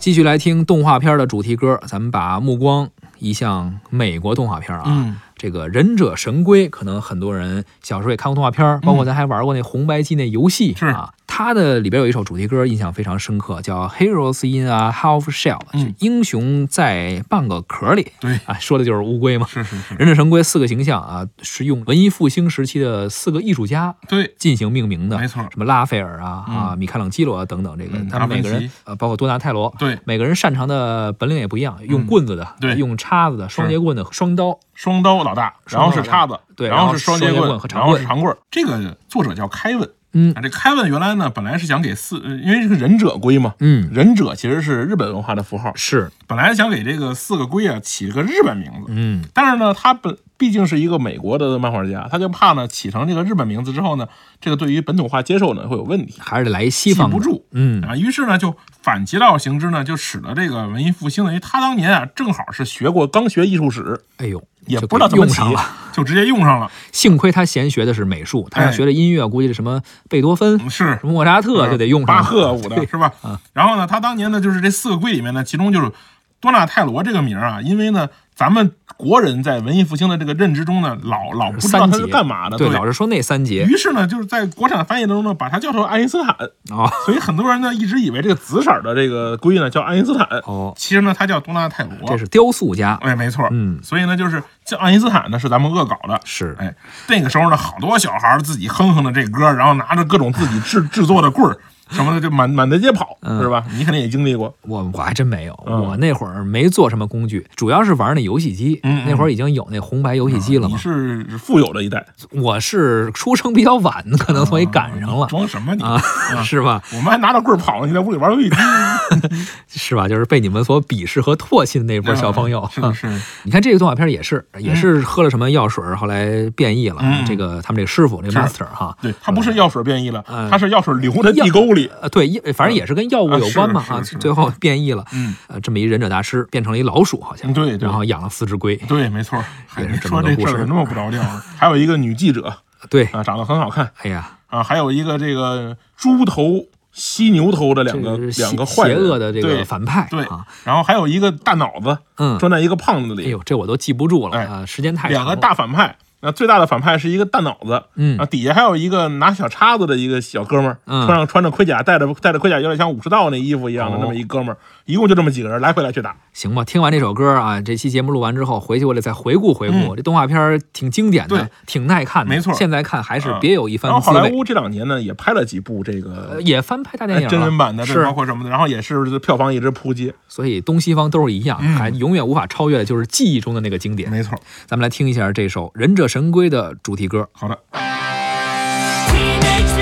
继续来听动画片的主题歌，咱们把目光移向美国动画片啊。嗯，这个《忍者神龟》，可能很多人小时候也看过动画片儿，包括咱还玩过那红白机那游戏、嗯是啊。它的里边有一首主题歌，印象非常深刻，叫《Heroes in a Half Shell》，嗯就英雄在半个壳里对，啊，说的就是乌龟嘛。是是是，忍者神龟四个形象啊，是用文艺复兴时期的四个艺术家对，进行命名的，没错，什么拉斐尔啊、嗯啊米开朗基罗啊等等，这个、嗯他们每个达芬人奇呃，包括多拿泰罗，对，每个人擅长的本领也不一样，用嗯棍子的，对用叉子的，双截棍的，双刀，双刀老大，然后是叉子，对然然后是双截双截棍和长然棍后是长棍。这个作者叫开问，嗯啊，这开问原来呢，本来是想给四，呃因为这个忍者龟嘛，嗯，忍者其实是日本文化的符号，是，本来想给这个四个龟啊起个日本名字，嗯但是呢，他本毕竟是一个美国的漫画家，他就怕呢起成这个日本名字之后呢，这个对于本土化接受呢会有问题，还是得来一西记方不的，住。嗯啊，于是呢，就反其道行之呢，就使得这个文艺复兴呢，因为他当年啊，正好是学过刚学艺术史，哎呦，也这不知道给怎么用起上了。，就直接用上了。幸亏他贤学的是美术，他要哎学的音乐，估计是什么贝多芬、嗯是嗯什么莫扎特就得用上巴了赫舞的对嗯是吧？然后呢，他当年呢，就是这四个龟里面呢，其中就是多纳泰罗这个名儿啊，因为呢，咱们国人在文艺复兴的这个认知中呢，老老不知道三他杰是干嘛的，对，老是说那三节于是呢，就是在国产翻译当中呢，把它叫成爱因斯坦，啊，所以很多人呢一直以为这个紫色儿的这个龟呢叫爱因斯坦，哦，其实呢它叫多纳泰这罗。是雕塑家，哎，没错，嗯所以呢就是叫爱因斯坦呢是咱们恶搞的。是，哎，那个时候呢，好多小孩儿自己哼哼的这歌，然后拿着各种自 己制制作的棍儿什么的，就满满大街跑，嗯是吧？你肯定也经历过，我我还真没有，嗯我那会儿没做什么工具，主要是玩那游戏机，嗯嗯嗯那会儿已经有那红白游戏机了你嘛。是富有的一代，我是出生比较晚，可能所以赶上了。装什么你？啊，嗯是吧？我们还拿着棍儿跑呢，你在屋里玩游戏机， 是吧？就是被你们所鄙视和唾弃的那波小朋友。嗯是是，你看这个动画片也是，也是喝了什么药水儿，后来变异了。嗯这个他们这个师傅，这个是 master 哈， 对，它不是药水变异了，嗯它是药水流在地沟里，呃，对，一反正也是跟药物有关嘛嗯啊啊是是是，最后变异了。嗯，呃，这么一忍者大师变成了一老鼠，好像嗯对对嗯然后养了四只龟，对，没错。嗨，也你是这么说个这故事儿事怎么那么不着调 呢？还有一个女记者对，啊，长得很好看哎呀，啊，还有一个这个猪头、犀牛头的两个这是两个邪坏邪人恶的这个对反派对啊，，然后还有一个大脑子嗯，装在一个胖子哎里，呦，这我都记不住了哎啊，时间太两长个了。大反派。那最大的反派是一个大脑子，嗯啊，底下还有一个拿小叉子的一个小哥们儿，嗯穿上穿着盔甲，戴着戴着盔甲，有点像武士道那衣服一样的哦那么一哥们儿，一共就这么几个人来回来去打，行吧，听完这首歌啊，这期节目录完之后，回去我得再回顾回顾，嗯这动画片儿挺经典的对，挺耐看的，没错现在看还是啊别有一然后番滋好莱味。坞这两年呢也拍了几部这个呃也翻拍大电影了哎真人版的，这是包，括什么的，然后也是票房一直扑街，所以东西方都是一样，嗯还永远无法超越的就是记忆中的那个经典。没错。咱们来听一下这首《忍者神龟》的主题歌。好的， Teenage